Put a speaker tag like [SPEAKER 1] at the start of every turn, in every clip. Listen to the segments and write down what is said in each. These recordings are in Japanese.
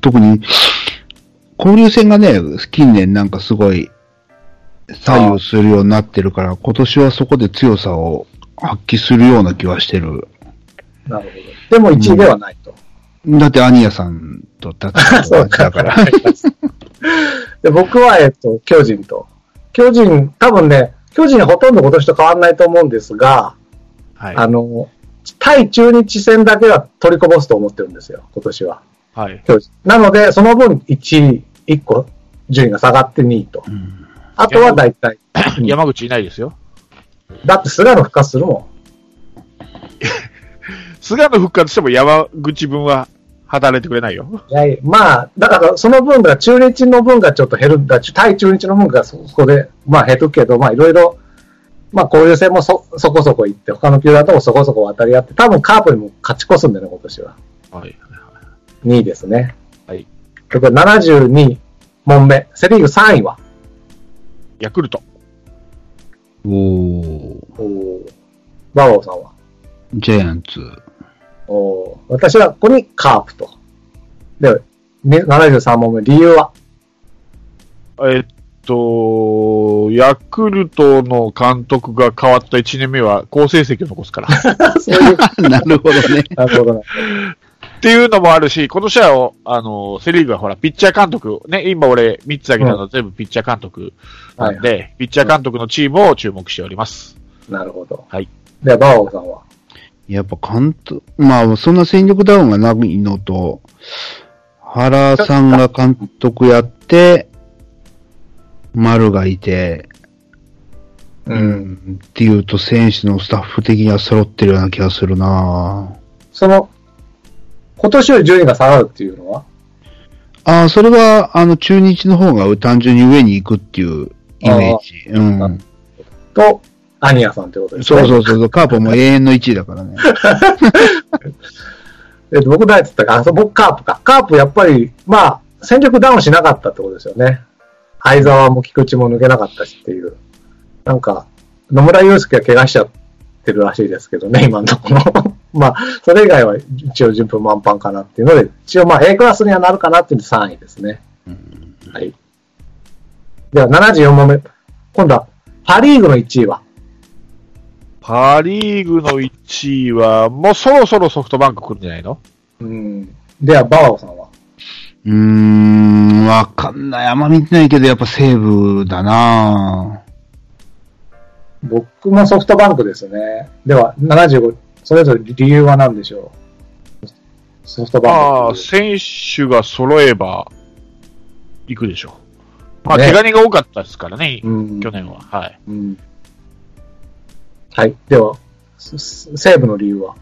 [SPEAKER 1] 特に、交流戦がね、近年なんかすごい左右するようになってるから、今年はそこで強さを発揮するような気はしてる。
[SPEAKER 2] なるほど。でも1位ではないと。
[SPEAKER 1] だって、アニヤさんと戦う
[SPEAKER 2] そ
[SPEAKER 1] 感じ
[SPEAKER 2] うか。
[SPEAKER 1] だから。
[SPEAKER 2] で僕は、えっと、巨人と。巨人、多分ね、巨人はほとんど今年と変わらないと思うんですが、
[SPEAKER 3] はい。
[SPEAKER 2] あの、対中日戦だけは取りこぼすと思ってるんですよ、今年は。
[SPEAKER 3] はい。
[SPEAKER 2] 巨人なので、その分1位、1個順位が下がって2位と。
[SPEAKER 1] うん
[SPEAKER 2] あとは大体。うん
[SPEAKER 3] 山口いないですよ。
[SPEAKER 2] だって菅野復活するも
[SPEAKER 3] 菅野復活しても山口分は働いてくれないよ。
[SPEAKER 2] ん。いやいやまあ、だからその分が、中日の分がちょっと減るんだ。対中日の分がそこで、まあ減るけど、まあいろいろ、まあこういう戦もそそこそこ行って、他の球団ともそこそこ渡り合って、多分カープにも勝ち越すんだよね、今年は。
[SPEAKER 3] はい。
[SPEAKER 2] 2位ですね。
[SPEAKER 3] はい。
[SPEAKER 2] だから72問目。セリーグ3位は
[SPEAKER 3] ヤクルト。
[SPEAKER 1] おー、
[SPEAKER 2] おーバオさんは
[SPEAKER 1] ジャイアンツ。
[SPEAKER 2] おー私はここにカープと。で、ね、73問目。理由 は
[SPEAKER 3] えっと、ヤクルトの監督が変わった1年目は好成績を残す から。っ
[SPEAKER 2] そういう。
[SPEAKER 1] なるほどね。
[SPEAKER 2] なるほどね。
[SPEAKER 3] ていうのもあるし、今年は、あの、セリーグはほら、ピッチャー監督、ね、今俺3つ挙げたのは全部ピッチャー監督なんで、ピッチャー監督のチームを注目しております。
[SPEAKER 2] なるほど。
[SPEAKER 3] はい。
[SPEAKER 2] で、バオさんは
[SPEAKER 1] やっぱ監督、まあ、そんな戦力ダウンがないのと、原さんが監督やって、丸がいて、
[SPEAKER 2] う
[SPEAKER 1] う。ん、っていうと選手のスタッフ的には揃ってるような気がするな
[SPEAKER 2] その、今年より順位が下がるっていうのは
[SPEAKER 1] ああ、それは、あの、中日の方が単純に上に行くっていうイメージ。うん。
[SPEAKER 2] と、アニヤさんということですね。
[SPEAKER 1] そうそうそうそう、カープも永遠の1位だからね。
[SPEAKER 2] えっと、僕誰って言ったか、あ、そう僕カープか。カープやっぱり、まあ、戦力ダウンしなかったってことですよね。相沢も菊池も抜けなかったしっていう。なんか、野村祐介が怪我しちゃってるらしいですけどね、今のところ。 まあ、それ以外は一応順風満帆かなっていうので、一応まあ A クラスにはなるかなっていうので3位ですね。はい。では74問目。今度は、パリーグの1位は
[SPEAKER 3] パリーグの1位は、もうそろそろソフトバンク来るんじゃないの
[SPEAKER 2] うん。では、バオさんは
[SPEAKER 1] うーん、わかんない。あんま見てないけど、やっぱ西武だな
[SPEAKER 2] 僕もソフトバンクですね。では、75、それぞれ理由は何でしょうソフト
[SPEAKER 3] ま
[SPEAKER 2] バン
[SPEAKER 3] あ、
[SPEAKER 2] ク。
[SPEAKER 3] 選手が揃えば、行くでしょう。まあ、
[SPEAKER 2] ね
[SPEAKER 3] 怪我人が多かったですからね、
[SPEAKER 2] うん
[SPEAKER 3] 去年は。はい。
[SPEAKER 2] うんはい。では、すす西武の理由は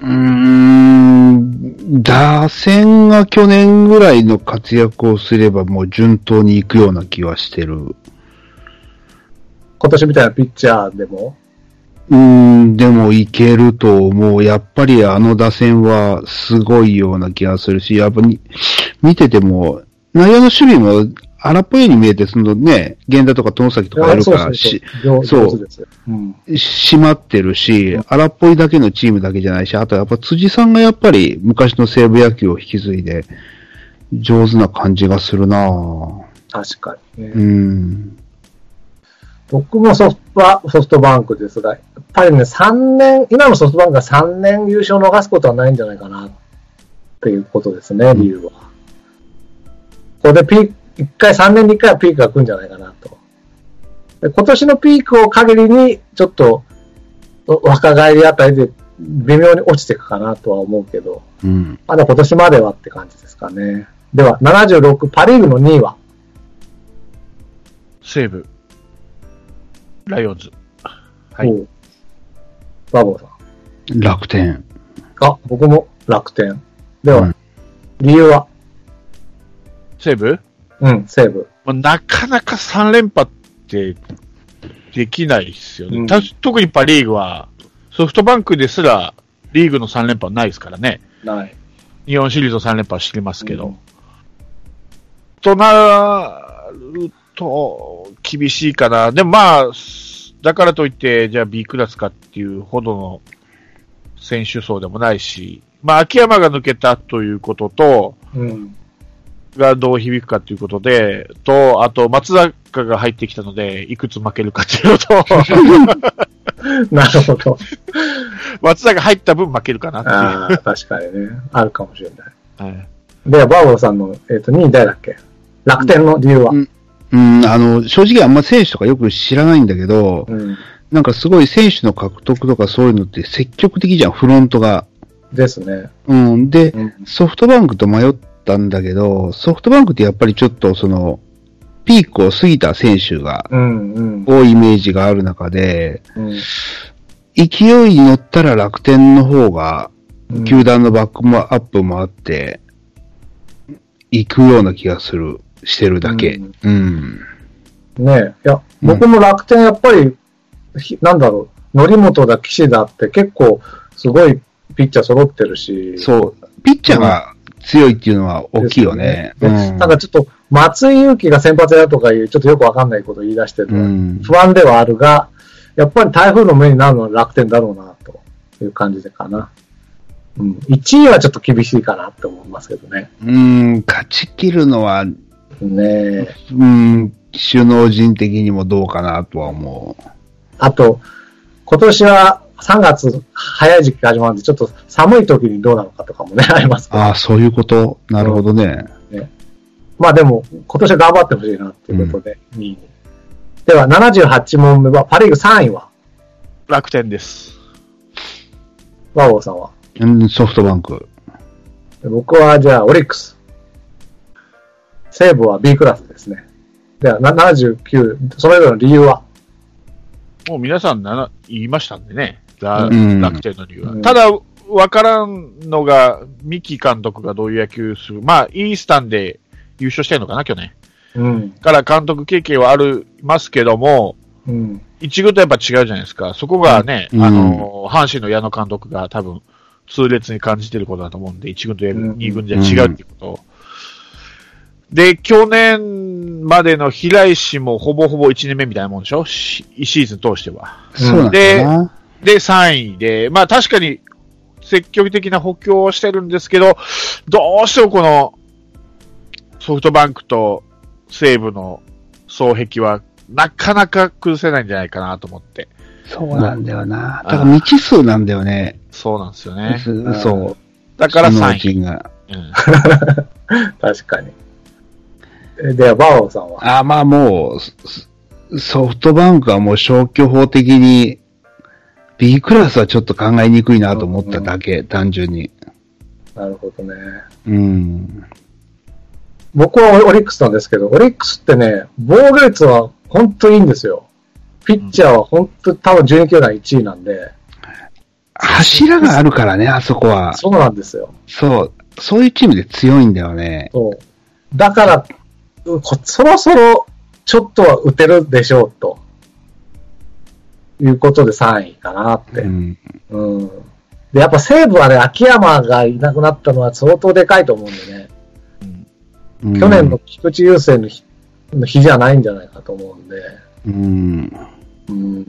[SPEAKER 1] うーん、打線が去年ぐらいの活躍をすればもう順当に行くような気はしてる。
[SPEAKER 2] 今年みたいなピッチャーでも
[SPEAKER 1] うーん、でもいけると思う。やっぱりあの打線はすごいような気がするし、やっぱり見てても、内野の守備も荒っぽいように見えて、そのね、源田とか友崎とかいるから、し
[SPEAKER 2] 上
[SPEAKER 1] そう
[SPEAKER 2] 上手ですよ。うん。
[SPEAKER 1] 締まってるし、荒っぽいだけのチームだけじゃないし、あとやっぱ辻さんがやっぱり昔の西武野球を引き継いで、上手な感じがするなぁ。
[SPEAKER 2] 確かにね、
[SPEAKER 1] うん。
[SPEAKER 2] 僕もソフトバソフトバンクですが、やっぱりね、3年、今のソフトバンクが3年優勝を逃すことはないんじゃないかな、っていうことですね、理由は。ここでピーク、1回、3年に1回はピークが来るんじゃないかなと。で今年のピークを限りに、ちょっと、お若返りあたりで微妙に落ちていくかなとは思うけど、
[SPEAKER 1] うん。
[SPEAKER 2] まだ今年まではって感じですかね。では、76、パリーグの2位は
[SPEAKER 3] 西武、ライオンズ。はい
[SPEAKER 2] おうバボーさん。
[SPEAKER 1] 楽天。
[SPEAKER 2] あ、僕も楽天。では、
[SPEAKER 1] うん
[SPEAKER 2] 理由は、
[SPEAKER 3] 西武、
[SPEAKER 2] うん、西武。
[SPEAKER 3] まあ、なかなか3連覇ってできないですよね、
[SPEAKER 2] うん
[SPEAKER 3] た特にパ・リーグは、ソフトバンクですらリーグの3連覇はないですからね。
[SPEAKER 2] ない。
[SPEAKER 3] 日本シリーズの3連覇は知りますけど。
[SPEAKER 2] うん
[SPEAKER 3] となると、厳しいかな。でもまあ、すだからといって、じゃあ B クラスかっていうほどの選手層でもないし、まあ、秋山が抜けたということと、
[SPEAKER 2] うん。
[SPEAKER 3] がどう響くかということで、と、あと、松坂が入ってきたので、いくつ負けるかっていうの と、
[SPEAKER 2] なるほど。
[SPEAKER 3] 松坂入った分負けるかなっ
[SPEAKER 2] ああ、確かにね。あるかもしれない。
[SPEAKER 3] ていう。はい
[SPEAKER 2] で、バーボーさんの、えっ、と、2位誰だっけ楽天の理由は。
[SPEAKER 1] うんうん、あの、正直あんま選手とかよく知らないんだけど、
[SPEAKER 2] うん。
[SPEAKER 1] なんかすごい選手の獲得とかそういうのって積極的じゃん、フロントが。
[SPEAKER 2] ですね。
[SPEAKER 1] うん、で、
[SPEAKER 2] うん。
[SPEAKER 1] ソフトバンクと迷ったんだけど、ソフトバンクってやっぱりちょっとその、ピークを過ぎた選手が
[SPEAKER 2] うん。うん。
[SPEAKER 1] 多いイメージがある中で、
[SPEAKER 2] うん
[SPEAKER 1] 勢いに乗ったら楽天の方が、
[SPEAKER 2] うん
[SPEAKER 1] 球団のバックもアップもあって、行くような気がする、してるだけ。
[SPEAKER 2] うん
[SPEAKER 1] うん。
[SPEAKER 2] ねえ。いや、僕も楽天やっぱり、ひなんだろう、則本だ、岸だって結構すごいピッチャー揃ってるし。
[SPEAKER 1] そう。ピッチャーが強いっていうのは大きいよね。
[SPEAKER 2] ですよね
[SPEAKER 1] う
[SPEAKER 2] で
[SPEAKER 1] ん
[SPEAKER 2] なんかちょっと、松井裕樹が先発だとかいう、ちょっとよくわかんないことを言い出してる
[SPEAKER 1] う
[SPEAKER 2] のは
[SPEAKER 1] ん。
[SPEAKER 2] 不安ではあるが、やっぱり台風の目になるのは楽天だろうな、という感じでかな。うん。1位はちょっと厳しいかなって思いますけどね。
[SPEAKER 1] うん、勝ち切るのは、
[SPEAKER 2] ねえ。
[SPEAKER 1] うん、首脳陣的にもどうかなとは思う。
[SPEAKER 2] あと、今年は3月早い時期が始まるんで、ちょっと寒い時にどうなのかとかもね、 ありますけど
[SPEAKER 1] ああ、そういうこと。なるほどね。
[SPEAKER 2] まあでも、今年は頑張ってほしいなっていうことで、2位に。では、78問目は、パリーグ3位は、
[SPEAKER 3] 楽天です。
[SPEAKER 2] 和王さんは。
[SPEAKER 1] うん、ソフトバンク。
[SPEAKER 2] 僕は、じゃあ、オリックス。西武は B クラスですね。では、な79、それぞれの理由は、
[SPEAKER 3] もう皆さんなな言いましたんでね、ザ
[SPEAKER 1] うん
[SPEAKER 3] 楽天の理由は。
[SPEAKER 2] うん
[SPEAKER 3] ただ、わからんのが、三木監督がどういう野球する。まあ、イースタンで優勝してるのかな、去年。
[SPEAKER 2] うん。
[SPEAKER 3] から監督経験はありますけども、
[SPEAKER 2] うん。
[SPEAKER 3] 一軍とやっぱ違うじゃないですか。そこがね、
[SPEAKER 1] うん
[SPEAKER 3] あの、阪神の矢野監督が多分、痛烈に感じてることだと思うんで、一軍と
[SPEAKER 2] うん
[SPEAKER 3] 二軍じゃ違うっていうことを。で、去年までの平石もほぼほぼ1年目みたいなもんでしょしシーズン通しては。
[SPEAKER 1] そうなんだな。
[SPEAKER 3] で、3位で、まあ確かに積極的な補強をしてるんですけど、どうしてもこのソフトバンクと西武の双璧はなかなか崩せないんじゃないかなと思って。
[SPEAKER 1] そうなんだよな。だから未知数なんだよね。
[SPEAKER 3] そうなんですよね。
[SPEAKER 1] すそう。
[SPEAKER 3] だから
[SPEAKER 1] 首
[SPEAKER 3] 3
[SPEAKER 1] 脳
[SPEAKER 3] 位。
[SPEAKER 1] 陣が。
[SPEAKER 3] うん
[SPEAKER 2] 確かに。えでは、バオさんは、
[SPEAKER 1] ああ、まあもう、ソソフトバンクはもう消去法的に、B クラスはちょっと考えにくいなと思っただけ、単純に。
[SPEAKER 2] なるほどね。
[SPEAKER 1] うん。
[SPEAKER 2] 僕はオリックスなんですけど、オリックスってね、防御率は本当にいいんですよ。ピッチャーは本当、多分12球団1位なんで、
[SPEAKER 1] 柱があるからね、あそこは。
[SPEAKER 2] そうなんですよ。
[SPEAKER 1] そう。そういうチームで強いんだよね。
[SPEAKER 2] そう。だから、うこそろそろ、ちょっとは打てるでしょう、と。いうことで3位かなって。
[SPEAKER 1] う
[SPEAKER 2] うん。
[SPEAKER 1] ん。
[SPEAKER 2] で、やっぱ西武はね、秋山がいなくなったのは相当でかいと思うんでね。
[SPEAKER 1] うん
[SPEAKER 2] 去年の。菊池雄星の日の日じゃないんじゃないかと思うんで。
[SPEAKER 1] うん。
[SPEAKER 2] うん。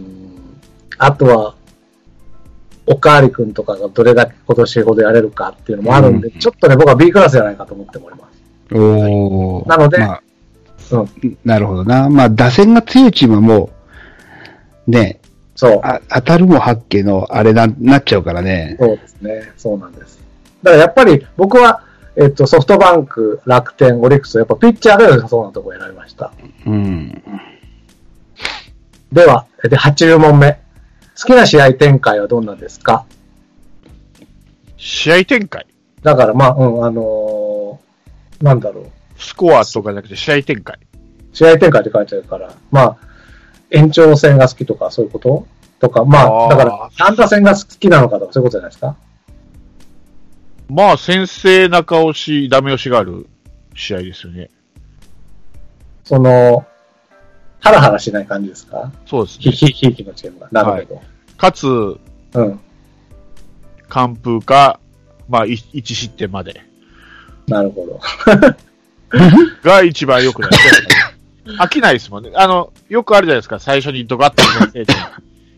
[SPEAKER 2] あとは、おかわりくんとかがどれだけ今年ほどやれるかっていうのもあるんで、
[SPEAKER 1] うん
[SPEAKER 2] ちょっとね、僕は B クラスじゃないかと思っております。
[SPEAKER 1] おー
[SPEAKER 2] なので
[SPEAKER 1] まあ
[SPEAKER 2] うん
[SPEAKER 1] なるほどな。まあ、打線が強いチームはもう、ね、
[SPEAKER 2] そう。
[SPEAKER 1] あ当たるも八景のあれな、なっちゃうからね。
[SPEAKER 2] そうですね。そうなんです。だからやっぱり僕は、えっと、ソフトバンク、楽天、オリックス、やっぱピッチャーが良さそうなところ選びました。
[SPEAKER 1] うん。
[SPEAKER 2] では、で、80問目。好きな試合展開はどんなんですか
[SPEAKER 3] 試合展開。
[SPEAKER 2] だから、まあ、うん、あのーなんだろう。
[SPEAKER 3] スコアとかじゃなくて試合展開。
[SPEAKER 2] 試合展開って書いてあるから、まあ、延長戦が好きとか、そういうこととか、ま
[SPEAKER 3] あ
[SPEAKER 2] あ、
[SPEAKER 3] ー
[SPEAKER 2] だから、単打戦が好きなのかとか、そういうことじゃないですか
[SPEAKER 3] まあ、先制、中押し、ダメ押しがある試合ですよね。
[SPEAKER 2] その、ハラハラしない感じですか
[SPEAKER 3] そうです
[SPEAKER 2] ひ
[SPEAKER 3] ね。
[SPEAKER 2] ひひいきのチームが。なるほ
[SPEAKER 3] かつ、
[SPEAKER 2] ど。うん。
[SPEAKER 3] 完封か、まあ、い1失点まで
[SPEAKER 2] なるほど。
[SPEAKER 3] が一番良くない。飽きないですもんね。あの、よくあるじゃないですか。最初にドガッと先制点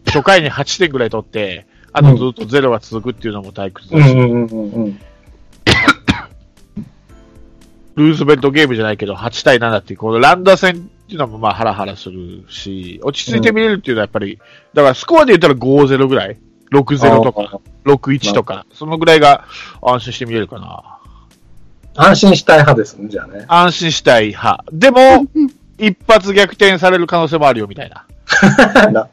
[SPEAKER 3] 初回に8点ぐらい取って、あとずっとゼロが続くっていうのも退屈
[SPEAKER 2] う
[SPEAKER 3] だし、
[SPEAKER 2] んうんうんうん。
[SPEAKER 3] ルーズベルトゲームじゃないけど、8対7っていう、このランダー戦っていうのもまあハラハラするし、落ち着いて見れるっていうのはやっぱり、だからスコアで言ったら5-0ぐらい ?6-0 とか、6-1とか、そのぐらいが安心して見れるかな。
[SPEAKER 2] 安心したい派ですね、じゃあね。
[SPEAKER 3] 安心したい派。でも、一発逆転される可能性もあるよみたいな。
[SPEAKER 2] ななる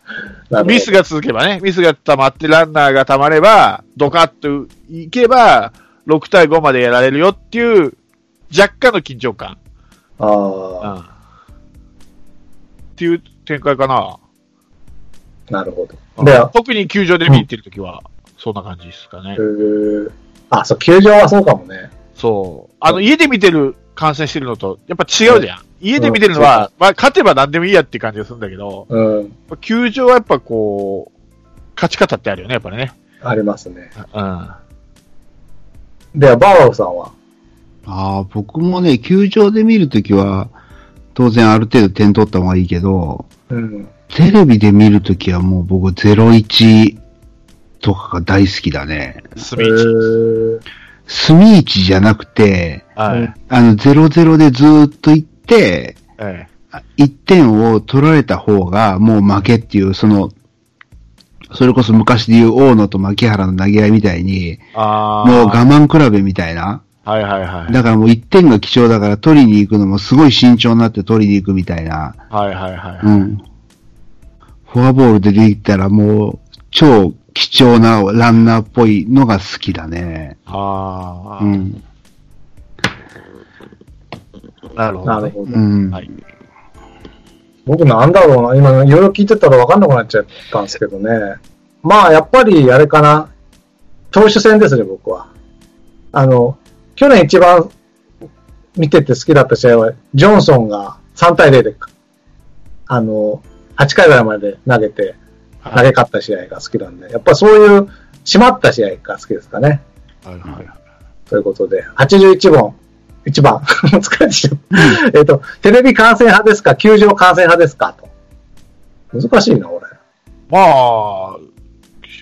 [SPEAKER 2] ほど
[SPEAKER 3] ミスが続けばね、ミスが溜まってランナーが溜まれば、ドカッといけば、6対5までやられるよっていう、若干の緊張感。う
[SPEAKER 2] あ
[SPEAKER 3] んっていう展開かな。
[SPEAKER 2] あ、なるほ
[SPEAKER 3] う
[SPEAKER 2] ど。
[SPEAKER 3] ん
[SPEAKER 2] で、
[SPEAKER 3] 特に球場で見に行ってるときは、そんな感じですかね
[SPEAKER 2] え。ーあ、そう、球場はそうかもね。
[SPEAKER 3] そう。あの、家で見てる、観戦してるのと、やっぱ違うじゃん。家で見てるの
[SPEAKER 2] うん
[SPEAKER 3] は、まあ、勝てば何でもいいやっていう感じがするんだけど、
[SPEAKER 2] うん、
[SPEAKER 3] 球場はやっぱこう、勝ち方ってあるよね、やっぱりね。
[SPEAKER 2] ありますね。
[SPEAKER 3] うん。
[SPEAKER 2] で、バーオフさんは
[SPEAKER 1] ああ、僕もね、球場で見るときは、当然ある程度点取った方がいいけど、
[SPEAKER 2] うん。
[SPEAKER 1] テレビで見るときはもう僕01とかが大好きだね。
[SPEAKER 3] スピーチ。
[SPEAKER 2] えー
[SPEAKER 1] スミーチじゃなくて、
[SPEAKER 3] はい。
[SPEAKER 1] あの0-0でずーっと行って、
[SPEAKER 3] ええ
[SPEAKER 1] 1点を取られた方がもう負けっていう、その、それこそ昔で言う大野と牧原の投げ合いみたいに、
[SPEAKER 3] あ
[SPEAKER 1] もう
[SPEAKER 3] あ。
[SPEAKER 1] 我慢比べみたいな。
[SPEAKER 3] はいはいはい。
[SPEAKER 1] だからもう1点が貴重だから取りに行くのもすごい慎重になって取りに行くみたいな。
[SPEAKER 3] はいはいは
[SPEAKER 1] う
[SPEAKER 3] い。
[SPEAKER 1] ん。フォアボールでできたらもう超貴重なランナーっぽいのが好きだね。
[SPEAKER 3] ああ、
[SPEAKER 1] うん。
[SPEAKER 3] なるほ
[SPEAKER 2] な
[SPEAKER 3] ど、
[SPEAKER 2] る
[SPEAKER 3] ね。
[SPEAKER 2] ほど
[SPEAKER 1] う。ん。
[SPEAKER 3] はい。
[SPEAKER 2] 僕なんだろうな、今いろいろ聞いてたら分かんなくなっちゃったんですけどね。まあやっぱりあれかな、投手戦ですね、僕は。あの、去年一番見てて好きだった試合は、ジョンソンが3対0で、あの、8回ぐらいまで投げて、投げ勝った試合が好きなんで、やっぱそういう締まった試合が好きですかね。
[SPEAKER 3] はいはい
[SPEAKER 2] ということで、81本、1番、 疲れてきちゃった。えっと、テレビ観戦派ですか、球場観戦派ですかと。難しいな、俺。
[SPEAKER 3] まあ、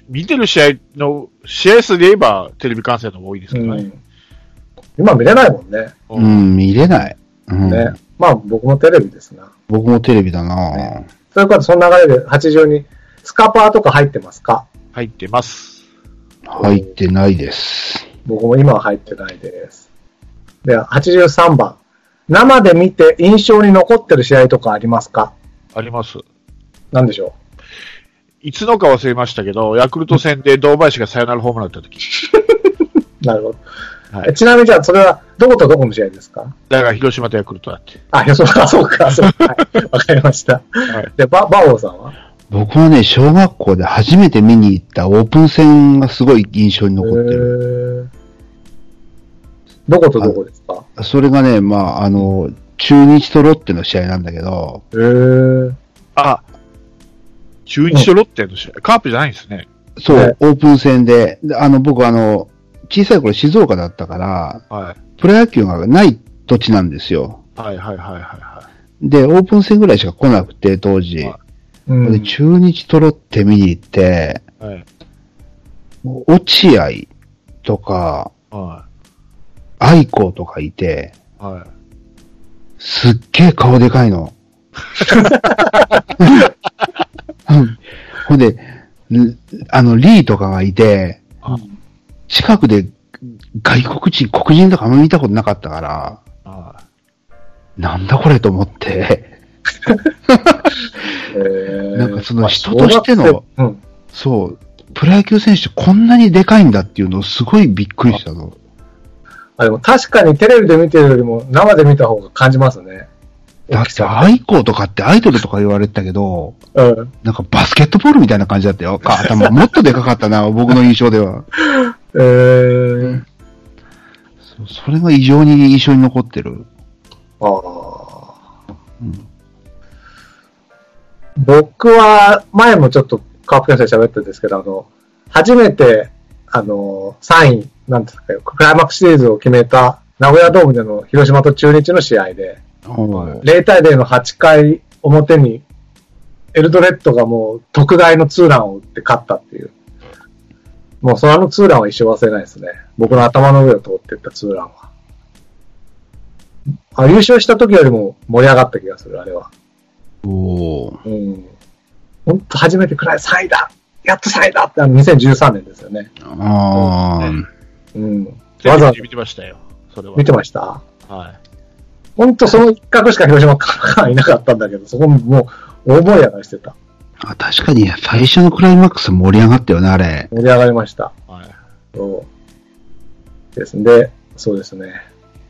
[SPEAKER 3] 見てる試合の、試合数で言えばテレビ観戦の方が多いですけど
[SPEAKER 2] う
[SPEAKER 3] ね。
[SPEAKER 2] ん今見れないもんね。
[SPEAKER 1] う
[SPEAKER 3] うん
[SPEAKER 1] ん、見れない。うん、
[SPEAKER 2] ねまあ、僕もテレビですな。
[SPEAKER 1] 僕もテレビだな、
[SPEAKER 2] それからその流れで82、スカパーとか入ってますか
[SPEAKER 3] 入ってます。
[SPEAKER 1] 入ってないです。
[SPEAKER 2] 僕も今は入ってないです。では、83番。生で見て印象に残ってる試合とかありますか
[SPEAKER 3] あります。
[SPEAKER 2] なんでしょ
[SPEAKER 3] いつのか忘れましたけど、ヤクルト戦で堂林がサヨナラホームラン打った時。
[SPEAKER 2] うなるほど。
[SPEAKER 3] は
[SPEAKER 2] え
[SPEAKER 3] い。
[SPEAKER 2] ちなみにじゃあ、それはどことどこの試合ですか
[SPEAKER 3] だから広島とヤクルトだって。
[SPEAKER 2] あ、そうか、そうか、そうか。 はいわかりました。
[SPEAKER 3] はい
[SPEAKER 2] で、ば、ばおさんは
[SPEAKER 1] 僕はね、小学校で初めて見に行ったオープン戦がすごい印象に残ってる。
[SPEAKER 2] る。どことどこですか
[SPEAKER 1] それがね、まあ、あの、中日とロッテの試合なんだけど、
[SPEAKER 2] へー。
[SPEAKER 3] あ、中日とロッテの試合。カープじゃないんですね。
[SPEAKER 1] そう、
[SPEAKER 2] はい
[SPEAKER 1] オープン戦で、であの、僕あの、小さい頃静岡だったから、
[SPEAKER 3] はい。
[SPEAKER 1] プロ野球がない土地なんですよ。
[SPEAKER 3] はいはいはいはいは
[SPEAKER 1] で、オープン戦ぐらいしか来なくて、当時。
[SPEAKER 3] は
[SPEAKER 2] う
[SPEAKER 1] で、
[SPEAKER 2] ん。
[SPEAKER 1] 中日とロッテ見に行って、
[SPEAKER 3] い。はい。
[SPEAKER 1] もう落合とか、
[SPEAKER 3] は
[SPEAKER 1] 愛子とかいて、
[SPEAKER 3] い。はい。
[SPEAKER 1] すっげえ顔でかいの。うんほんで、んあの、リーとかがいて
[SPEAKER 3] あ、
[SPEAKER 1] 近くで外国人、黒人とかあんま見たことなかったから、
[SPEAKER 3] は
[SPEAKER 1] なんだこれと思って、
[SPEAKER 2] へー
[SPEAKER 1] なんかその人としての。
[SPEAKER 2] まあうん。
[SPEAKER 1] そう、プロ野球選手こんなにでかいんだっていうのをすごいびっくりしたの。
[SPEAKER 2] あ、でも確かにテレビで見てるよりも生で見た方が感じますね。
[SPEAKER 1] だって、愛子とかってアイドルとか言われてたけど、
[SPEAKER 2] うん。
[SPEAKER 1] なんかバスケットボールみたいな感じだったよ。か頭もっとでかかったな、僕の印象では。
[SPEAKER 2] えー。
[SPEAKER 1] そうそれが異常に印象に残ってる。
[SPEAKER 2] ああ。
[SPEAKER 1] うん
[SPEAKER 2] 僕は、前もちょっとカープ先生喋ったんですけど、あの、初めて、あの、3位、なんですかよ、クライマックスシリーズを決めた、名古屋ドームでの広島と中日の試合で、
[SPEAKER 1] お
[SPEAKER 2] 0対0の8回表に、エルドレッドがもう特大のツーランを打って勝ったっていう。もうそのツーランは一生忘れないですね。僕の頭の上を通っていったツーランは。あ、優勝した時よりも盛り上がった気がする、あれは。
[SPEAKER 1] おー
[SPEAKER 2] うん。ほんと初めてくらい3位だやっと3位だってあの2013年ですよね。
[SPEAKER 1] あー
[SPEAKER 2] うん。
[SPEAKER 3] テ
[SPEAKER 2] わざ
[SPEAKER 3] レ
[SPEAKER 2] わ
[SPEAKER 3] ビ
[SPEAKER 2] ざ
[SPEAKER 3] で見てましたよ。それは
[SPEAKER 2] 見。てました
[SPEAKER 3] はい。
[SPEAKER 2] ほんとその一角しか広島から いなかったんだけど、そこもう大盛り上がりしてた。
[SPEAKER 1] あ。確かに最初のクライマックス盛り上がったよね、あれ。
[SPEAKER 2] 盛り上がりました。
[SPEAKER 3] はい。
[SPEAKER 2] そうですんで、そうですね。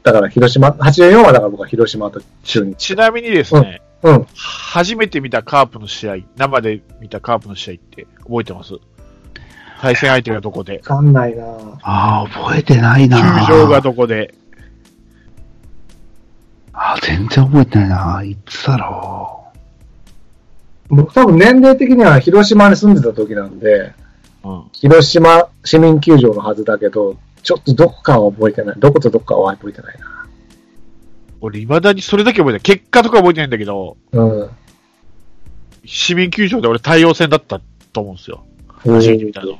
[SPEAKER 2] だから広島、84はだから僕は広島と中日。
[SPEAKER 3] ちなみにですね、
[SPEAKER 2] うん。
[SPEAKER 3] 初めて見たカープの試合、生で見たカープの試合って覚えてます対戦相手がどこで
[SPEAKER 2] わかんないなぁ
[SPEAKER 1] ああ、覚えてない
[SPEAKER 3] 球
[SPEAKER 1] な。
[SPEAKER 3] 場がどこで
[SPEAKER 1] あー全然覚えてないな。いつだろ
[SPEAKER 2] 僕多分年齢的には広島に住んでた時なんで、
[SPEAKER 3] うん。
[SPEAKER 2] 広島市民球場のはずだけど、ちょっとどこかは覚えてない。どことどこかは覚えてないな。
[SPEAKER 3] 俺、未だにそれだけ覚えてない。結果とか覚えてないんだけど、
[SPEAKER 2] うん。
[SPEAKER 3] 市民球場で俺、対応戦だったと思うんですよ。初めて見たの。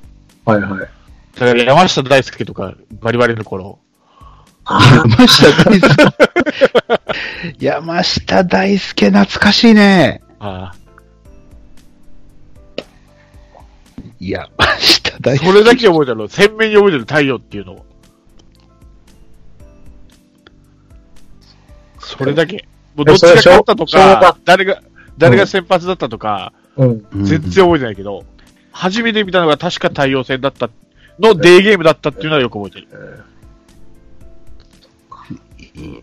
[SPEAKER 2] はいはい。
[SPEAKER 3] だから山下大輔とか、バリバリの頃。
[SPEAKER 1] う。
[SPEAKER 2] あ
[SPEAKER 1] 山下大輔。 山下大輔、懐かしいね。
[SPEAKER 3] あ
[SPEAKER 1] 山下大
[SPEAKER 3] あ
[SPEAKER 1] 輔。
[SPEAKER 3] それだけ覚えてる。鮮明に覚えてる太陽っていうのを。それだけ。もうどっちが勝ったと
[SPEAKER 2] えそれ小小
[SPEAKER 3] か
[SPEAKER 2] 学、
[SPEAKER 3] 誰が、誰が先発だったとか、
[SPEAKER 2] うん。
[SPEAKER 1] うん
[SPEAKER 3] 全然覚えてないけど、初めて見たのが確か太陽戦だった、のデーゲームだったっていうのはよく覚えてる。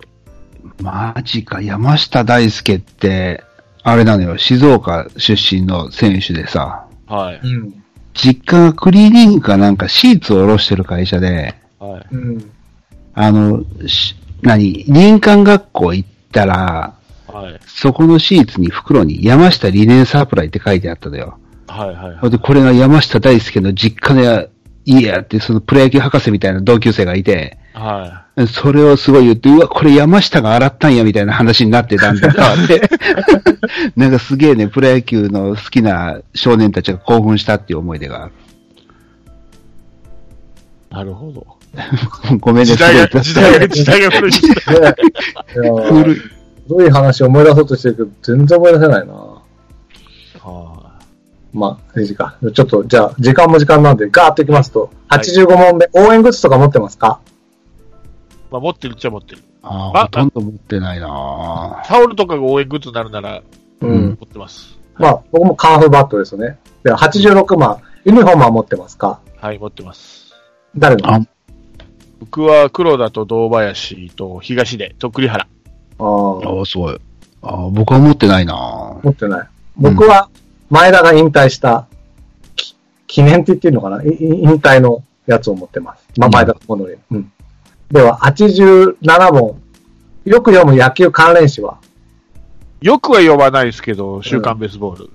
[SPEAKER 1] マジか、山下大輔って、あれなのよ、静岡出身の選手でさ、
[SPEAKER 3] はい。
[SPEAKER 2] うん。
[SPEAKER 1] 実家がクリーニングかなんかシーツを卸してる会社で、
[SPEAKER 3] はい。
[SPEAKER 2] うん。
[SPEAKER 1] あの、し何、林間学校行ったら、
[SPEAKER 3] はい。
[SPEAKER 1] そこのシーツに袋に山下リネンサプライって書いてあったのよ。
[SPEAKER 3] はい。はい。
[SPEAKER 1] ほんで、これが山下大輔の実家の家やって、そのプロ野球博士みたいな同級生がいて、
[SPEAKER 3] は
[SPEAKER 1] それをすごい言って、うわ、これ山下が洗ったんや、みたいな話になってたんだなって。 なんかすげえね、プロ野球の好きな少年たちが興奮したっていう思い出がある。
[SPEAKER 3] い。なるほど。
[SPEAKER 1] ごめんね、
[SPEAKER 3] 時代が、
[SPEAKER 1] す
[SPEAKER 3] 時代が、時代が古い。
[SPEAKER 2] ねいや
[SPEAKER 1] ごい
[SPEAKER 2] ー
[SPEAKER 1] 古い。
[SPEAKER 2] 古い話を思い出そうとしてるけど、全然思い出せないな
[SPEAKER 3] は
[SPEAKER 2] まあ、いい時間。ちょっと、じゃあ、時間も時間なんで、ガーッといきますと、
[SPEAKER 3] はい
[SPEAKER 2] 85問目、応援グッズとか持ってますか
[SPEAKER 3] い。まあ、持ってるっちゃ持ってる。
[SPEAKER 1] あ
[SPEAKER 3] あ
[SPEAKER 1] あ、ほとんど持ってないな
[SPEAKER 3] タオルとかが応援グッズになるなら、
[SPEAKER 2] う
[SPEAKER 1] うん
[SPEAKER 3] 持ってます。
[SPEAKER 2] まあ、僕もカーフバットですよね。で、86番、ユニフォームは持ってますか
[SPEAKER 3] はい、持ってます。
[SPEAKER 2] 誰のあ
[SPEAKER 1] あ
[SPEAKER 3] 僕は黒田と堂林と東出と栗原。
[SPEAKER 2] あー、
[SPEAKER 1] ああ、すごい。ああ、僕は持ってないな
[SPEAKER 2] 持ってない。僕は、前田が引退した、き記念って言ってるのかないい引退のやつを持ってます。まあ、
[SPEAKER 1] うん
[SPEAKER 2] 前田と物より。うん。では、87問、よく読む野球関連誌は
[SPEAKER 3] よくは呼ばないですけど、週刊ベースボール。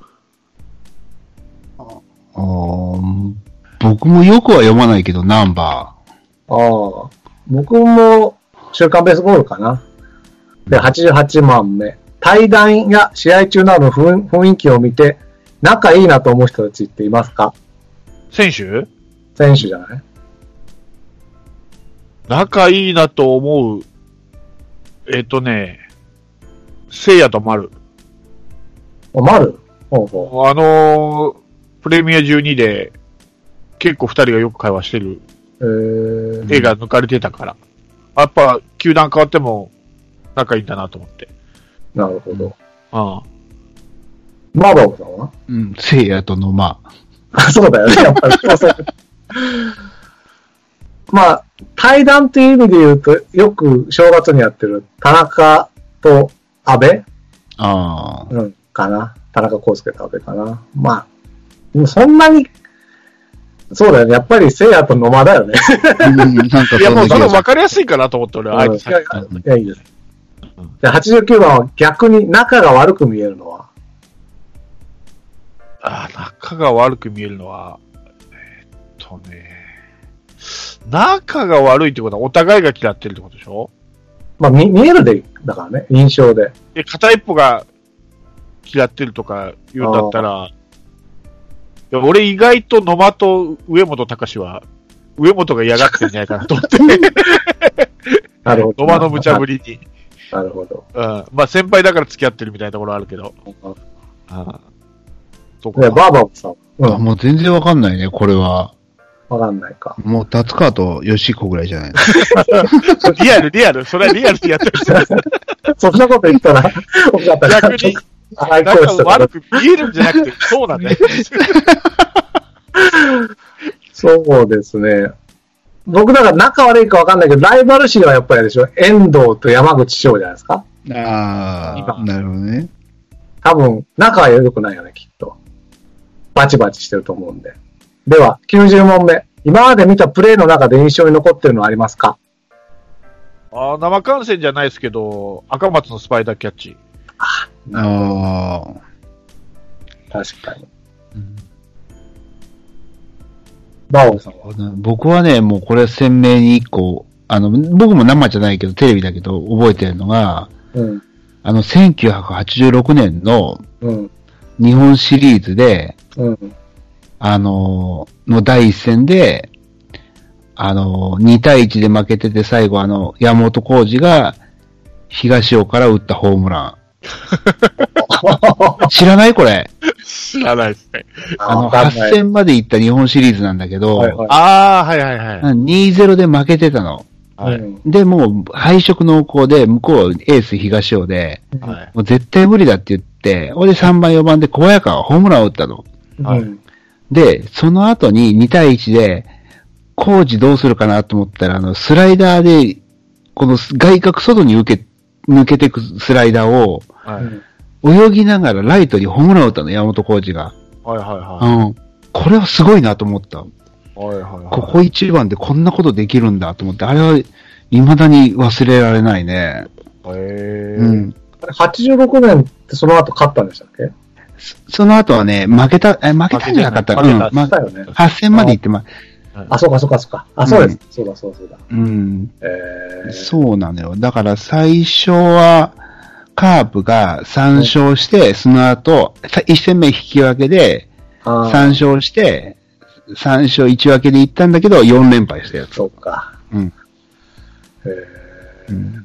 [SPEAKER 1] あー僕もよくは読まないけど、ナンバ
[SPEAKER 2] ああ、僕も週刊ベースボールかな。で、88万目。対談や試合中などの雰雰囲気を見て、仲いいなと思う人たちっていますか
[SPEAKER 3] 選手
[SPEAKER 2] 選手じゃない
[SPEAKER 3] 仲いいなと思う。えっ、とね、聖夜と丸。
[SPEAKER 2] お、丸ほうほ
[SPEAKER 3] あのープレミア12で、結構二人がよく会話してる。
[SPEAKER 2] う。えー、
[SPEAKER 3] 絵が抜かれてたから。やっぱ、球団変わっても、仲いいんだなと思って。
[SPEAKER 2] なるほど。
[SPEAKER 3] うん。
[SPEAKER 2] マドさんは
[SPEAKER 1] ー。うん、聖夜と野間。
[SPEAKER 2] そうだよね、やっぱり。 そうそうまあ、対談っていう意味で言うと、よく正月にやってる田中と安倍
[SPEAKER 1] ああ。
[SPEAKER 2] うん、かな。田中康介と阿部かな。まあ、でもそんなに、そうだよね。やっぱり聖夜と野間だよね。
[SPEAKER 1] うんなんかそ
[SPEAKER 3] いや、もう
[SPEAKER 1] 気
[SPEAKER 3] それ
[SPEAKER 1] がす
[SPEAKER 3] 分
[SPEAKER 1] る
[SPEAKER 3] かりやすいかなと思って、俺は、あ
[SPEAKER 2] うん
[SPEAKER 3] え
[SPEAKER 2] い
[SPEAKER 3] て
[SPEAKER 2] やい
[SPEAKER 1] かに
[SPEAKER 2] や、いいです。で、89番は逆に仲が悪く見えるのは、
[SPEAKER 3] あー仲が悪く見えるのは、えーっとね、仲が悪いってことは、お互いが嫌ってるってことでしょ
[SPEAKER 2] まあ、見見えるで、だからね、印象で。
[SPEAKER 3] で、片一方が嫌ってるとか言うんだったら、いや俺意外と野間と上本隆は、上本が嫌がってんじゃないかなと思って、
[SPEAKER 2] なるほど。
[SPEAKER 3] 野間の無茶ぶ
[SPEAKER 2] り。
[SPEAKER 3] りに。
[SPEAKER 2] なるほど。
[SPEAKER 3] うん。まあ先輩だから付き合ってるみたいなところあるけど。うん。そこ
[SPEAKER 2] ね、
[SPEAKER 3] は。
[SPEAKER 2] バーバーもさ、う
[SPEAKER 1] あ
[SPEAKER 2] ん、
[SPEAKER 1] もう全然わかんないね、これは。
[SPEAKER 2] わかんないか。
[SPEAKER 1] もう、達川と吉子ぐらいじゃないの。
[SPEAKER 3] リアル、リアル。それはリアルでやってる人。
[SPEAKER 2] そんなこと言ったら、おかった
[SPEAKER 3] 逆に、
[SPEAKER 2] 愛好
[SPEAKER 3] 仲
[SPEAKER 2] しとか
[SPEAKER 3] 悪く見えるんじゃなくて、そうなん だよ。
[SPEAKER 2] そうですね。僕だから仲悪いかわかんないけど、ライバル視はやっぱりあれでしょ遠藤と山口翔じゃないですか
[SPEAKER 1] ああ、なるほどね。
[SPEAKER 2] 多分、仲は良くないよね、きっと。バチバチしてると思うんで。では、90問目。今まで見たプレーの中で印象に残ってるのはありますか
[SPEAKER 3] あー生観戦じゃないですけど、赤松のスパイダーキャッチ。
[SPEAKER 1] ああ。
[SPEAKER 2] 確かに。バオさんは。
[SPEAKER 1] 僕はね、もうこれ鮮明に一個、あの、僕も生じゃないけど、テレビだけど覚えてるのが、
[SPEAKER 2] うん。
[SPEAKER 1] あの、1986年の
[SPEAKER 2] うん。
[SPEAKER 1] 日本シリーズで、
[SPEAKER 2] うん。
[SPEAKER 1] あのー、の第一戦で、あのー、2対1で負けてて、最後あの、山本浩二が、東尾から打ったホームラン。知らないこれ。
[SPEAKER 3] 知らないですね。
[SPEAKER 1] あの、
[SPEAKER 2] わかんな
[SPEAKER 1] 8
[SPEAKER 2] い。
[SPEAKER 1] 戦まで行った日本シリーズなんだけど、
[SPEAKER 2] はいはい
[SPEAKER 3] ああ、はいはいはい。
[SPEAKER 1] 2-0で負けてたの。
[SPEAKER 3] はい
[SPEAKER 2] うん
[SPEAKER 1] で、もう敗色濃厚で、向こうエース東尾で、
[SPEAKER 3] はい。
[SPEAKER 1] もう絶対無理だって言って、俺3番4番で小早川がホームランを打ったの。
[SPEAKER 3] はい
[SPEAKER 2] うん
[SPEAKER 1] で、その後に2対1で、コーチどうするかなと思ったら、あの、スライダーで、この外角外に受け、抜けてくスライダーを、
[SPEAKER 3] はい。はい
[SPEAKER 1] 泳ぎながらライトにホームランを打ったの、山本コーチが。
[SPEAKER 3] はいうは
[SPEAKER 1] ん。これはすごいなと思った。
[SPEAKER 3] い。はいはい
[SPEAKER 1] こ
[SPEAKER 3] は
[SPEAKER 1] こ一番でこんなことできるんだと思って、あれは未だに忘れられないね。
[SPEAKER 3] い。へ
[SPEAKER 1] う
[SPEAKER 3] え。
[SPEAKER 1] ん。
[SPEAKER 2] あれ86年ってその後勝ったんでしたっけ
[SPEAKER 1] そその後はね、負けた、え負けたんじゃなかったか
[SPEAKER 3] 負け
[SPEAKER 1] な。
[SPEAKER 3] た
[SPEAKER 1] うん、ま
[SPEAKER 2] 勝ったよね。
[SPEAKER 1] 8戦まで行ってま、
[SPEAKER 2] あ、そうかそうかそうか。あ、そうです。そうだそうだそうだ。
[SPEAKER 1] うん、
[SPEAKER 2] えー、
[SPEAKER 1] そうなのよ。だから最初は、カープが3勝して、その後、1戦目引き分けで、
[SPEAKER 2] あー
[SPEAKER 1] 3勝して、3勝1分けで行ったんだけど、4連敗したやつ。
[SPEAKER 2] そうか。
[SPEAKER 1] うん。
[SPEAKER 2] え
[SPEAKER 1] うん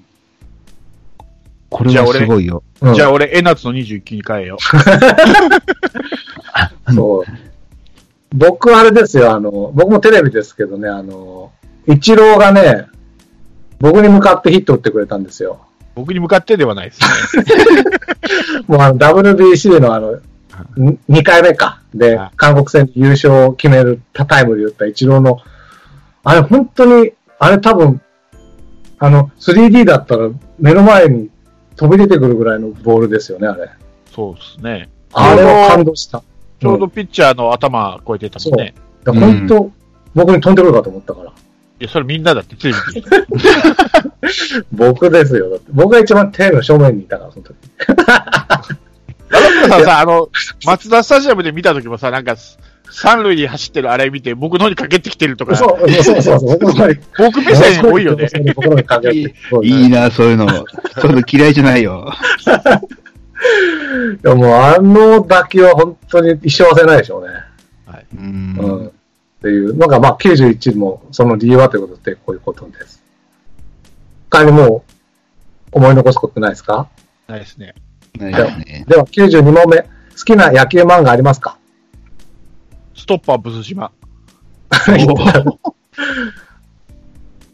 [SPEAKER 1] これはすごいよ。
[SPEAKER 2] ー、
[SPEAKER 3] じゃあ俺、えなつの21に変えよ う。
[SPEAKER 2] うんそう。僕、あれですよ、あの、僕もテレビですけどね、あの、イチローがね、僕に向かってヒット打ってくれたんですよ。
[SPEAKER 3] 僕に向かってではないですね。
[SPEAKER 2] もうあの、WBC のあの、2回目か。で
[SPEAKER 3] はい、
[SPEAKER 2] 韓国戦優勝を決めるタイムで打ったイチローの、あれ本当に、あれ多分、あの、3D だったら目の前に飛び出てくるぐらいのボールですよね、あれ。
[SPEAKER 3] そうですね。
[SPEAKER 2] あれは感動した。
[SPEAKER 3] ちょうどピッチャーの頭超えてたもんね。
[SPEAKER 2] だから本当、僕に飛んでくるかと思ったから。
[SPEAKER 3] いや、それみんなだって、テレ ビで。
[SPEAKER 2] 僕ですよ。だって僕が一番テレビの正面にいたから、その時。
[SPEAKER 3] だからさ、あの、松田スタジアムで見た時もさ、なんか、三塁に走ってるあれ見て、僕の方にかけてきてるとか、
[SPEAKER 2] そう、そうそうそう。 僕も
[SPEAKER 3] 僕目線多いよね。
[SPEAKER 2] ところにかけてそうね
[SPEAKER 1] いいな、そういうの。そういうの嫌いじゃないよ。
[SPEAKER 2] いやもうあの打球は本当に一生忘れないでしょうね。
[SPEAKER 1] う
[SPEAKER 2] うん。
[SPEAKER 1] ん。
[SPEAKER 2] っていうのが、まあ91もその理由はということで、こういうことです。他にもう思い残すことないですか
[SPEAKER 3] ないですね。
[SPEAKER 1] ないですね。
[SPEAKER 2] では92問目。好きな野球漫画ありますか
[SPEAKER 3] ストッパーブス島。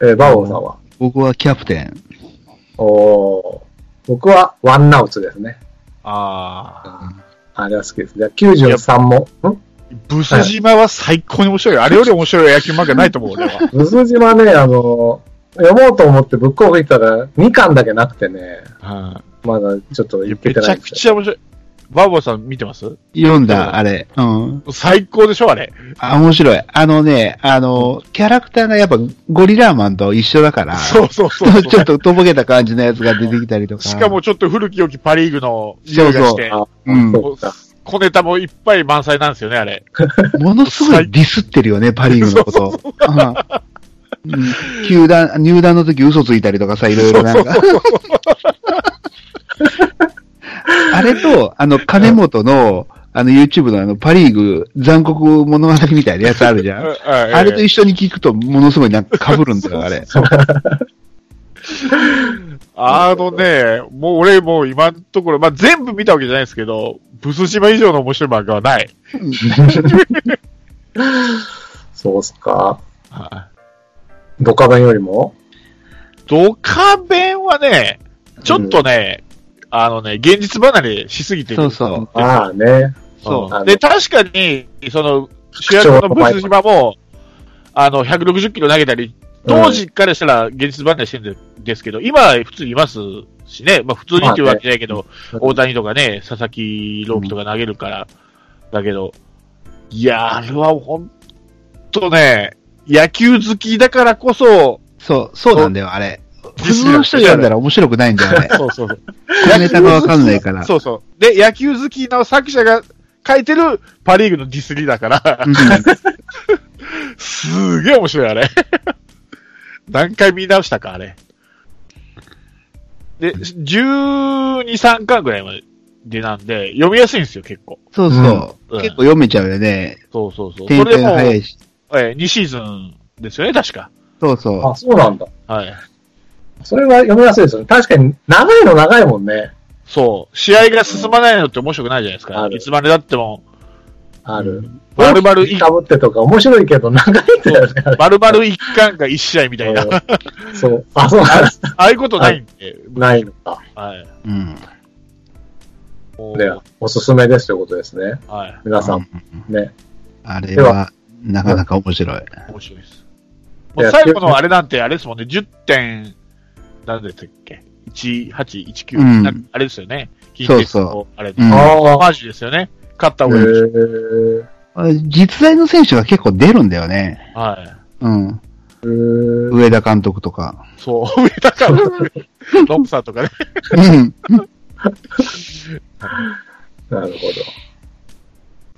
[SPEAKER 2] えー、バオさんは。
[SPEAKER 1] 僕はキャプテン。
[SPEAKER 2] おー僕はワンナウツですね。
[SPEAKER 3] あ
[SPEAKER 2] あれは好きです。じゃあ93も。ん
[SPEAKER 3] あ。ブス島は最高に面白い。あれより面白い野球漫画ないと思う、俺は。
[SPEAKER 2] うすじはね、あの、読もうと思ってブックオフ行ったら2巻だけなくてね、まだちょっと
[SPEAKER 3] いや
[SPEAKER 2] 行け
[SPEAKER 3] め
[SPEAKER 2] て
[SPEAKER 3] ち
[SPEAKER 2] な
[SPEAKER 3] ゃ
[SPEAKER 2] いんで
[SPEAKER 3] く
[SPEAKER 2] すよ。
[SPEAKER 3] ちゃ面白い。バーボーさん見てます
[SPEAKER 1] 読んだ、あれ。うん。
[SPEAKER 3] 最高でしょ、あれ。
[SPEAKER 1] あ、面白い。あのね、あの、キャラクターがやっぱゴリラーマンと一緒だから、
[SPEAKER 3] そうそうそ う。
[SPEAKER 1] ちょっととぼけた感じのやつが出てきたりとか。
[SPEAKER 3] しかも、ちょっと古き良きパリーグの匂いがして、
[SPEAKER 2] そう
[SPEAKER 1] うん。
[SPEAKER 2] そうか。
[SPEAKER 3] 小ネタもいっぱい満載なんですよね、あれ。
[SPEAKER 1] ものすごいディスってるよね、パリーグのこと。うんうん球団、入団の時嘘ついたりとかさ、いろいろなんか。あれと、あの、金本の、あの、YouTube のあの、パリーグ残酷物語みたいなやつあるじゃん。あ
[SPEAKER 3] あ
[SPEAKER 1] れと一緒に聞くと、ものすごいなんか被るんだよ、あれ。
[SPEAKER 3] あのね、もう俺もう今のところ、まあ、全部見たわけじゃないですけど、ブス島以上の面白い漫画はない。
[SPEAKER 2] そうっすか。
[SPEAKER 3] は
[SPEAKER 2] ドカベンよりも
[SPEAKER 3] いドカベンはね、ちょっとね、あのね、現実離れしすぎてる
[SPEAKER 1] そうそう。
[SPEAKER 2] ああね。
[SPEAKER 1] そう
[SPEAKER 2] あの
[SPEAKER 3] で、確かに、その、主役のブス島も、あの、160キロ投げたり、当時からしたら現実離れしてるんですけど、今は普通にいますしね、まあ普通にっていうわけじゃないけど、大谷とかね、佐々木朗希とか投げるから、だけど、いやー、あれは本当ね、野球好きだからこ そ、
[SPEAKER 1] そう、そうなんだよ、あれ。普
[SPEAKER 3] 実
[SPEAKER 1] 通
[SPEAKER 3] 力
[SPEAKER 1] の人読んだら面白くないんだよ、あれ。
[SPEAKER 3] そうそうそう。
[SPEAKER 1] 小ネタがわかんないから。
[SPEAKER 3] そうそう。で、野球好きの作者が書いてるパリーグのディスリだから
[SPEAKER 1] う、ん
[SPEAKER 3] すーげえ面白い、あれ。 何回見直したか、あれ。で、12、3巻ぐらいまでなんで、読みやすいんですよ、結構。
[SPEAKER 1] そうそうう。
[SPEAKER 3] ん
[SPEAKER 1] 結構読めちゃうよね。
[SPEAKER 3] そうそうそう。
[SPEAKER 1] 展
[SPEAKER 3] それ
[SPEAKER 1] 開
[SPEAKER 3] でも
[SPEAKER 1] が
[SPEAKER 3] う、
[SPEAKER 1] 早
[SPEAKER 3] え
[SPEAKER 1] いし。
[SPEAKER 3] 2シーズンですよね、確か。
[SPEAKER 1] そうそ
[SPEAKER 2] あ、そうなんだ。
[SPEAKER 3] はい。
[SPEAKER 2] それは読みやすいですよね。確かに、長いの長いもんね。
[SPEAKER 3] そう。試合が進まないのって面白くないじゃないですか。
[SPEAKER 2] ある
[SPEAKER 3] いつまでだっても、
[SPEAKER 2] ある。
[SPEAKER 3] 丸々
[SPEAKER 2] い かぶってとか面白いけど、長いんだよね。
[SPEAKER 3] 丸々1巻か1試合みたいな。あ
[SPEAKER 2] うんそう。あ、そうなんだ。
[SPEAKER 3] あいうことないんで。
[SPEAKER 2] ないのか。
[SPEAKER 3] はい。
[SPEAKER 1] う。うん。
[SPEAKER 3] もう
[SPEAKER 2] ね、おすすめですということですね。
[SPEAKER 3] はい。
[SPEAKER 2] 皆さん、
[SPEAKER 1] うん
[SPEAKER 2] ね。
[SPEAKER 1] あれは、なかなか面白い。
[SPEAKER 3] 面白いです。もう最後のあれなんて、あれですもんね、10点、なんでしたっけ ?1819、
[SPEAKER 1] うん
[SPEAKER 3] なあれですよね。金
[SPEAKER 1] そう
[SPEAKER 3] 鉄
[SPEAKER 1] そう
[SPEAKER 3] のあれ
[SPEAKER 1] うん
[SPEAKER 2] ああ。
[SPEAKER 3] マジですよね。勝った
[SPEAKER 2] へ
[SPEAKER 3] 方がいい。
[SPEAKER 2] ー
[SPEAKER 1] あれ実在の選手が結構出るんだよね。
[SPEAKER 3] はい。
[SPEAKER 1] うん。
[SPEAKER 2] へー
[SPEAKER 1] 上田監督と か。
[SPEAKER 3] そう、上田から、ロンプさんとかね。
[SPEAKER 1] うん。
[SPEAKER 2] なるほど。じ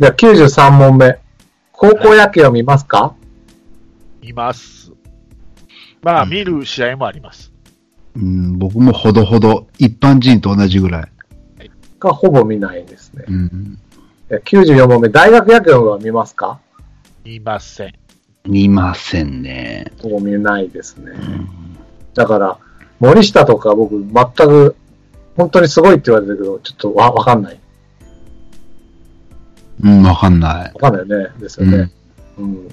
[SPEAKER 2] ゃあ、93問目。高校野球を見ますか、
[SPEAKER 3] います。まあ、
[SPEAKER 1] うん
[SPEAKER 3] 見る試合もあります。
[SPEAKER 1] うん、僕もほどほど、一般人と同じぐらい。
[SPEAKER 2] がほぼ見ないんですね。
[SPEAKER 1] うん。
[SPEAKER 2] え94問目、大学野球は見ますか
[SPEAKER 3] 見ません。
[SPEAKER 1] 見ませんね。
[SPEAKER 2] ほぼ見ないですね。
[SPEAKER 1] うん
[SPEAKER 2] だから、森下とか僕、全く、本当にすごいって言われてるけど、ちょっとわ、わかんない。
[SPEAKER 1] うん、わかんない。
[SPEAKER 2] わかんないよね。ですよ
[SPEAKER 1] う
[SPEAKER 2] ね
[SPEAKER 1] ん。。
[SPEAKER 2] うん。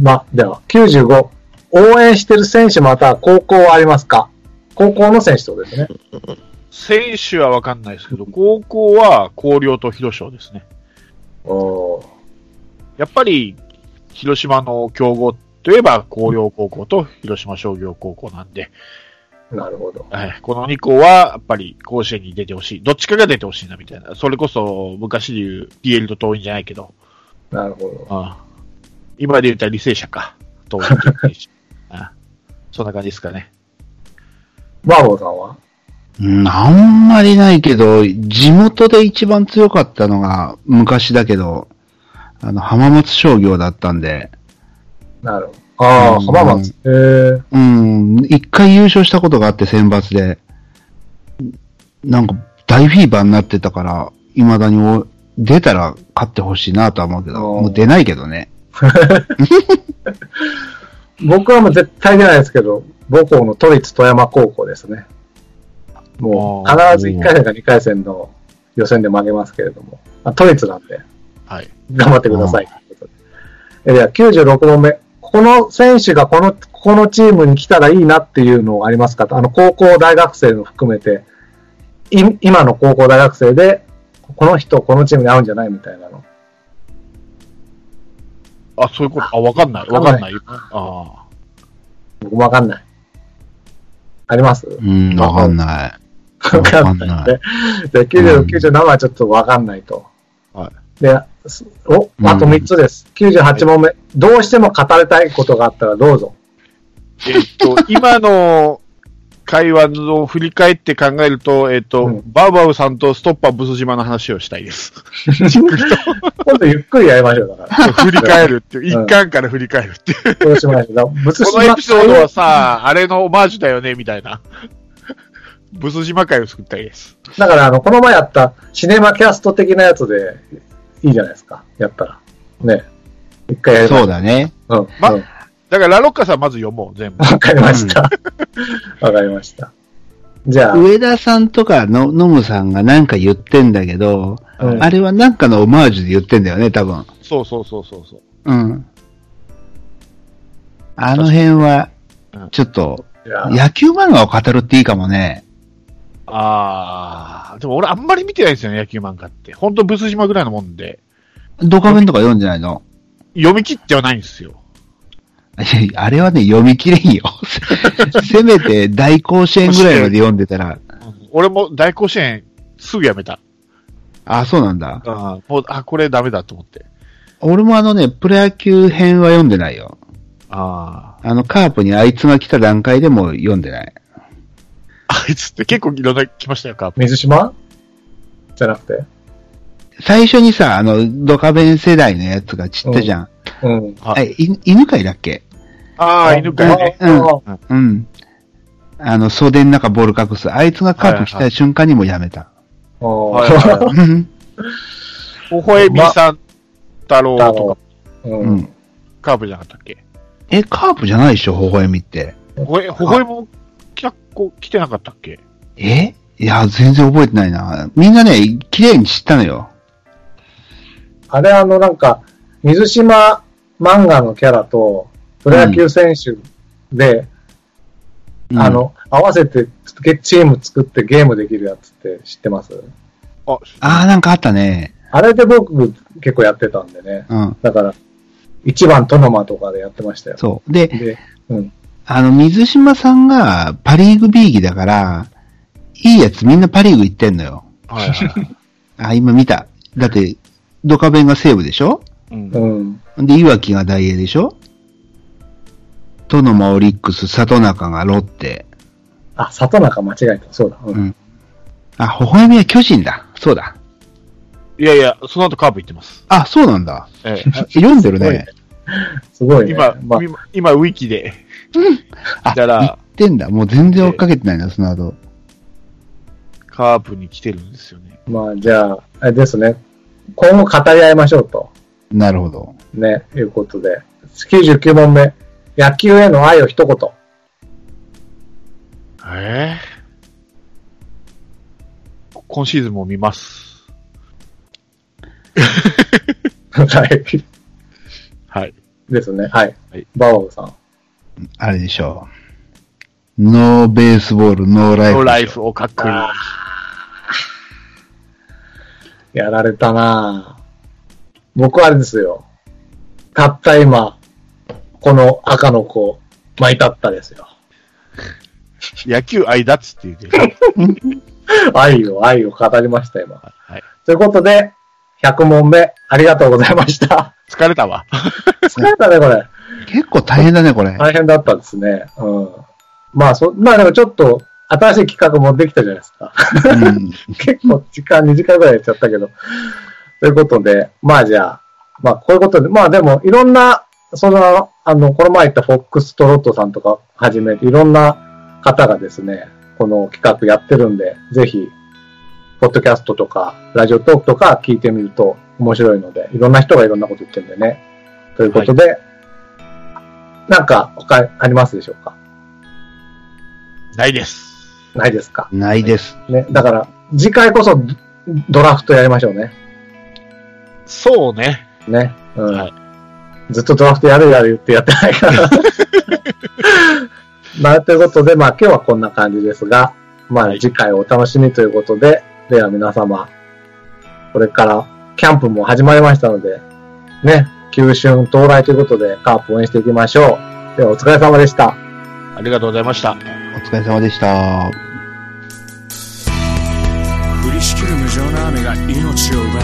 [SPEAKER 2] まあ、では、95。応援してる選手または高校はありますか高校の選手ってことですね。
[SPEAKER 3] 選手はわかんないですけど、高校は広陵と広島ですね。
[SPEAKER 2] おー
[SPEAKER 3] やっぱり、広島の強豪といえば、広陵高校と広島商業高校なんで、
[SPEAKER 2] なるほど。
[SPEAKER 3] はいこの2校は、やっぱり甲子園に出てほしい。どっちかが出てほしいな、みたいな。それこそ、昔で言う、DL と遠いんじゃないけど、
[SPEAKER 2] なるほど。
[SPEAKER 3] ああ今で言ったら履正社か。と思ってるしああそんな感じですかね。
[SPEAKER 2] バーボーさんは
[SPEAKER 1] うん、あんまりないけど、地元で一番強かったのが昔だけど、あの、浜松商業だったんで、
[SPEAKER 2] なるほど。ああ、
[SPEAKER 1] うん
[SPEAKER 2] 浜松。へえ。
[SPEAKER 1] うん、一回優勝したことがあって選抜で、なんか大フィーバーになってたから、未だにお出たら勝ってほしいなとは思うけど、
[SPEAKER 2] おー
[SPEAKER 1] もう出ないけどね。
[SPEAKER 2] 僕はもう絶対出ないですけど、母校の都立富山高校ですね。もう、
[SPEAKER 3] あー
[SPEAKER 2] 必ず1回戦か2回戦の予選で負けますけれども、あ都立なんで、
[SPEAKER 3] はい。
[SPEAKER 2] 頑張ってください。えでは、96問目。この選手がこの、このチームに来たらいいなっていうのありますかあの、高校、大学生の含めて、い今の高校、大学生で、この人、このチームに合うんじゃないみたいなの。
[SPEAKER 3] あ、そういうこと。あ、わかんない。わかんない。あ
[SPEAKER 2] 僕もわかんない。あります
[SPEAKER 1] うん、わかんない。
[SPEAKER 2] わかん
[SPEAKER 1] わ
[SPEAKER 2] な
[SPEAKER 1] かん
[SPEAKER 2] い。 で、96、97はちょっとわかんないと。
[SPEAKER 3] は
[SPEAKER 2] で、すお、あと3つです。98問目、どうしても語りたいことがあったらどう ぞ。
[SPEAKER 3] えっと、今の会話を振り返って考えると、えっと、
[SPEAKER 2] うん
[SPEAKER 3] バウバウさんとストッパーブス島の話をしたいです。
[SPEAKER 2] 今度ゆっくりやりましょう。だか
[SPEAKER 3] 振り返る っていう、
[SPEAKER 2] うん
[SPEAKER 3] 一巻から振り返るって いう。
[SPEAKER 2] ら。どうしましょう。だから物
[SPEAKER 3] このエピソードはさ、あれのオマージュだよね、みたいな。ブス島会を作ったりです。
[SPEAKER 2] だから、あの、この前やったシネマキャスト的なやつでいいじゃないですか。やったら。ね。一回やりましょ
[SPEAKER 1] そうだね。
[SPEAKER 2] う。うん。
[SPEAKER 3] ま
[SPEAKER 2] うん
[SPEAKER 3] だからラロッカさんまず読もう、全 部。
[SPEAKER 2] わかりました。わ、かりました。じゃあ、
[SPEAKER 1] 上田さんとかの、ノムさんがなんか言ってんだけど、
[SPEAKER 2] うん
[SPEAKER 1] あれはなんかのオマージュで言ってんだよね、多分。
[SPEAKER 3] そうそうそうそうそう。
[SPEAKER 1] うん。あの辺は
[SPEAKER 3] うん、
[SPEAKER 1] ちょっと、
[SPEAKER 2] じゃあ
[SPEAKER 1] 野球漫画を語るっていいかもね。
[SPEAKER 3] ああ、でも俺あんまり見てないですよね、野球漫画って。ほんとブス島ぐらいのもんで。
[SPEAKER 1] ドカベンとか読んじゃないの
[SPEAKER 3] 読み切ってはないんですよ。
[SPEAKER 1] い やあれはね、読み切れんよ。せめて大甲子園ぐらいまで読んでたら、
[SPEAKER 3] うん俺も大甲子園すぐやめた。
[SPEAKER 1] あ、そうなんだ。
[SPEAKER 3] あもう、あ、これダメだと思って。
[SPEAKER 1] 俺もあのね、プロ野球編は読んでないよ。
[SPEAKER 3] ああ。
[SPEAKER 1] あの、カープにあいつが来た段階でもう読んでない。
[SPEAKER 3] あいつって結構いろんな来ましたよ、カープ。
[SPEAKER 2] 水島じゃなくて。
[SPEAKER 1] 最初にさ、あの、ドカベン世代のやつが散ったじゃん。
[SPEAKER 2] うん。
[SPEAKER 3] うん
[SPEAKER 1] え、い犬飼いだっけ
[SPEAKER 3] ああ、犬飼いね。
[SPEAKER 2] あー
[SPEAKER 1] うん。あの、袖の中ボール隠す。あいつがカープ来
[SPEAKER 3] はいは
[SPEAKER 1] た瞬間にもうやめた。
[SPEAKER 2] あー
[SPEAKER 3] はいは
[SPEAKER 1] うん
[SPEAKER 3] い。微笑みさん、太郎
[SPEAKER 2] だ
[SPEAKER 3] とか
[SPEAKER 2] ろ、う。
[SPEAKER 1] うんん。
[SPEAKER 3] カープじゃなかったっけ
[SPEAKER 1] え、カープじゃないでしょ、微笑みって。
[SPEAKER 3] 微笑微笑みも来た子来てなかったっけ
[SPEAKER 1] えいや、全然覚えてないな。みんなね、綺麗に散ったのよ。
[SPEAKER 2] あれ、あの、なんか、水島漫画のキャラと、プロ野球選手で、
[SPEAKER 1] うん
[SPEAKER 2] あ、の、合わせて、チーム作ってゲームできるやつって知ってます
[SPEAKER 3] あ、
[SPEAKER 1] あーなんかあったね。
[SPEAKER 2] あれで僕結構やってたんでね。
[SPEAKER 1] うん。
[SPEAKER 2] だから、1番トノマとかでやってましたよ。
[SPEAKER 1] そう。で、
[SPEAKER 2] で、うん。
[SPEAKER 1] あの、水島さんがパリーグ B ーだから、いいやつみんなパリーグ行ってんのよ。
[SPEAKER 3] はいはい はい。
[SPEAKER 1] あ、今見た。だって、ドカベンが西武でしょ
[SPEAKER 3] うん
[SPEAKER 2] うん。
[SPEAKER 1] で、いわきが大英でしょとのマオリックス、里中がロッテ。
[SPEAKER 2] あ、里中間違えた。そうだ。うん
[SPEAKER 1] うんあ、微笑みは巨人だ。そうだ。
[SPEAKER 3] いやいや、その後カープ行ってます。
[SPEAKER 1] あ、そうなんだ。
[SPEAKER 3] ええ
[SPEAKER 1] 読んでるね。
[SPEAKER 2] すごいね。
[SPEAKER 3] 今、
[SPEAKER 2] まあ、
[SPEAKER 3] 今、今ウィキで。
[SPEAKER 1] あ、
[SPEAKER 3] だから
[SPEAKER 1] 言ってんだ。もう全然追っかけてないな、その後。
[SPEAKER 3] カープに来てるんですよね。
[SPEAKER 2] まあ、じゃあ、あれですね。今後語り合いましょうと。
[SPEAKER 1] なるほど。
[SPEAKER 2] ね、いうことで。99問目。野球への愛を一言。
[SPEAKER 3] ええ今シーズンも見ます。
[SPEAKER 2] はい。
[SPEAKER 3] はい。
[SPEAKER 2] ですね。はい。
[SPEAKER 3] はい
[SPEAKER 2] バオさん。
[SPEAKER 1] あれでしょう。ノーベースボール、ノーライフでしょ。
[SPEAKER 3] ライフをかっこいい。
[SPEAKER 2] あやられたなぁ僕はあれですよ。たった今、この赤の子、巻いたったですよ。
[SPEAKER 3] 野球愛だっつって言って。
[SPEAKER 2] 愛を、愛を語りました、今。
[SPEAKER 3] はい。
[SPEAKER 2] ということで、100問目、ありがとうございま した。
[SPEAKER 3] 疲れたわ。
[SPEAKER 2] 疲れたね、これ。
[SPEAKER 1] 結構大変だね、これ。
[SPEAKER 2] 大変だったですね。うん。まあ、そ、まあでもちょっと、新しい企画もできたじゃないですか。
[SPEAKER 1] うん
[SPEAKER 2] 結構時間2時間ぐらいやっちゃったけど。ということで、まあじゃあ、まあこういうことで、まあでもいろんな、その、あの、この前言ったフォックストロットさんとかはじめ、いろんな方がですね、この企画やってるんで、ぜひ、ポッドキャストとか、ラジオトークとか聞いてみると面白いので、いろんな人がいろんなこと言ってるんでね。ということで、なんか他ありますでしょうか
[SPEAKER 3] ないです。
[SPEAKER 2] ないですか
[SPEAKER 1] ないです。
[SPEAKER 2] ね。だから、次回こそドドラフトやりましょうね。
[SPEAKER 3] そうね。
[SPEAKER 2] ね。うん。
[SPEAKER 3] はい
[SPEAKER 2] ずっとドラフトやるやるってやってない から。まあ、ということで、まあ今日はこんな感じですが、まあ
[SPEAKER 3] はい
[SPEAKER 2] 次回をお楽しみということで、では皆様、これからキャンプも始まりましたので、ね、急春到来ということで、カープ応援していきましょう。ではお疲れ様でした。
[SPEAKER 3] ありがとうございました。
[SPEAKER 1] お疲れ様でした。
[SPEAKER 4] 降りしきる無情な雨が命を奪う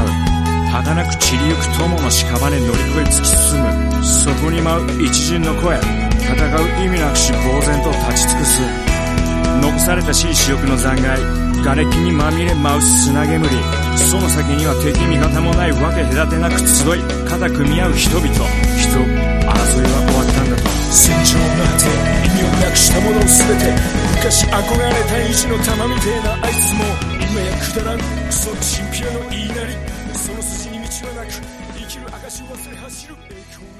[SPEAKER 4] 儚く散りゆく友の屍乗り越え突き進むそこに舞う一陣の声戦う意味なくし呆然と立ち尽くす残されたしい死翼の残骸瓦礫にまみれ舞う砂煙その先には敵味方もないわけ隔てなく集い肩組み合う人々人争いは終わったんだと戦場の果て意味をなくしたものを全て昔憧れた意地の玉みてえなあいつも今やくだらんクソチンピラの言いなりその筋に道はなく生きる証を忘れ走る栄光の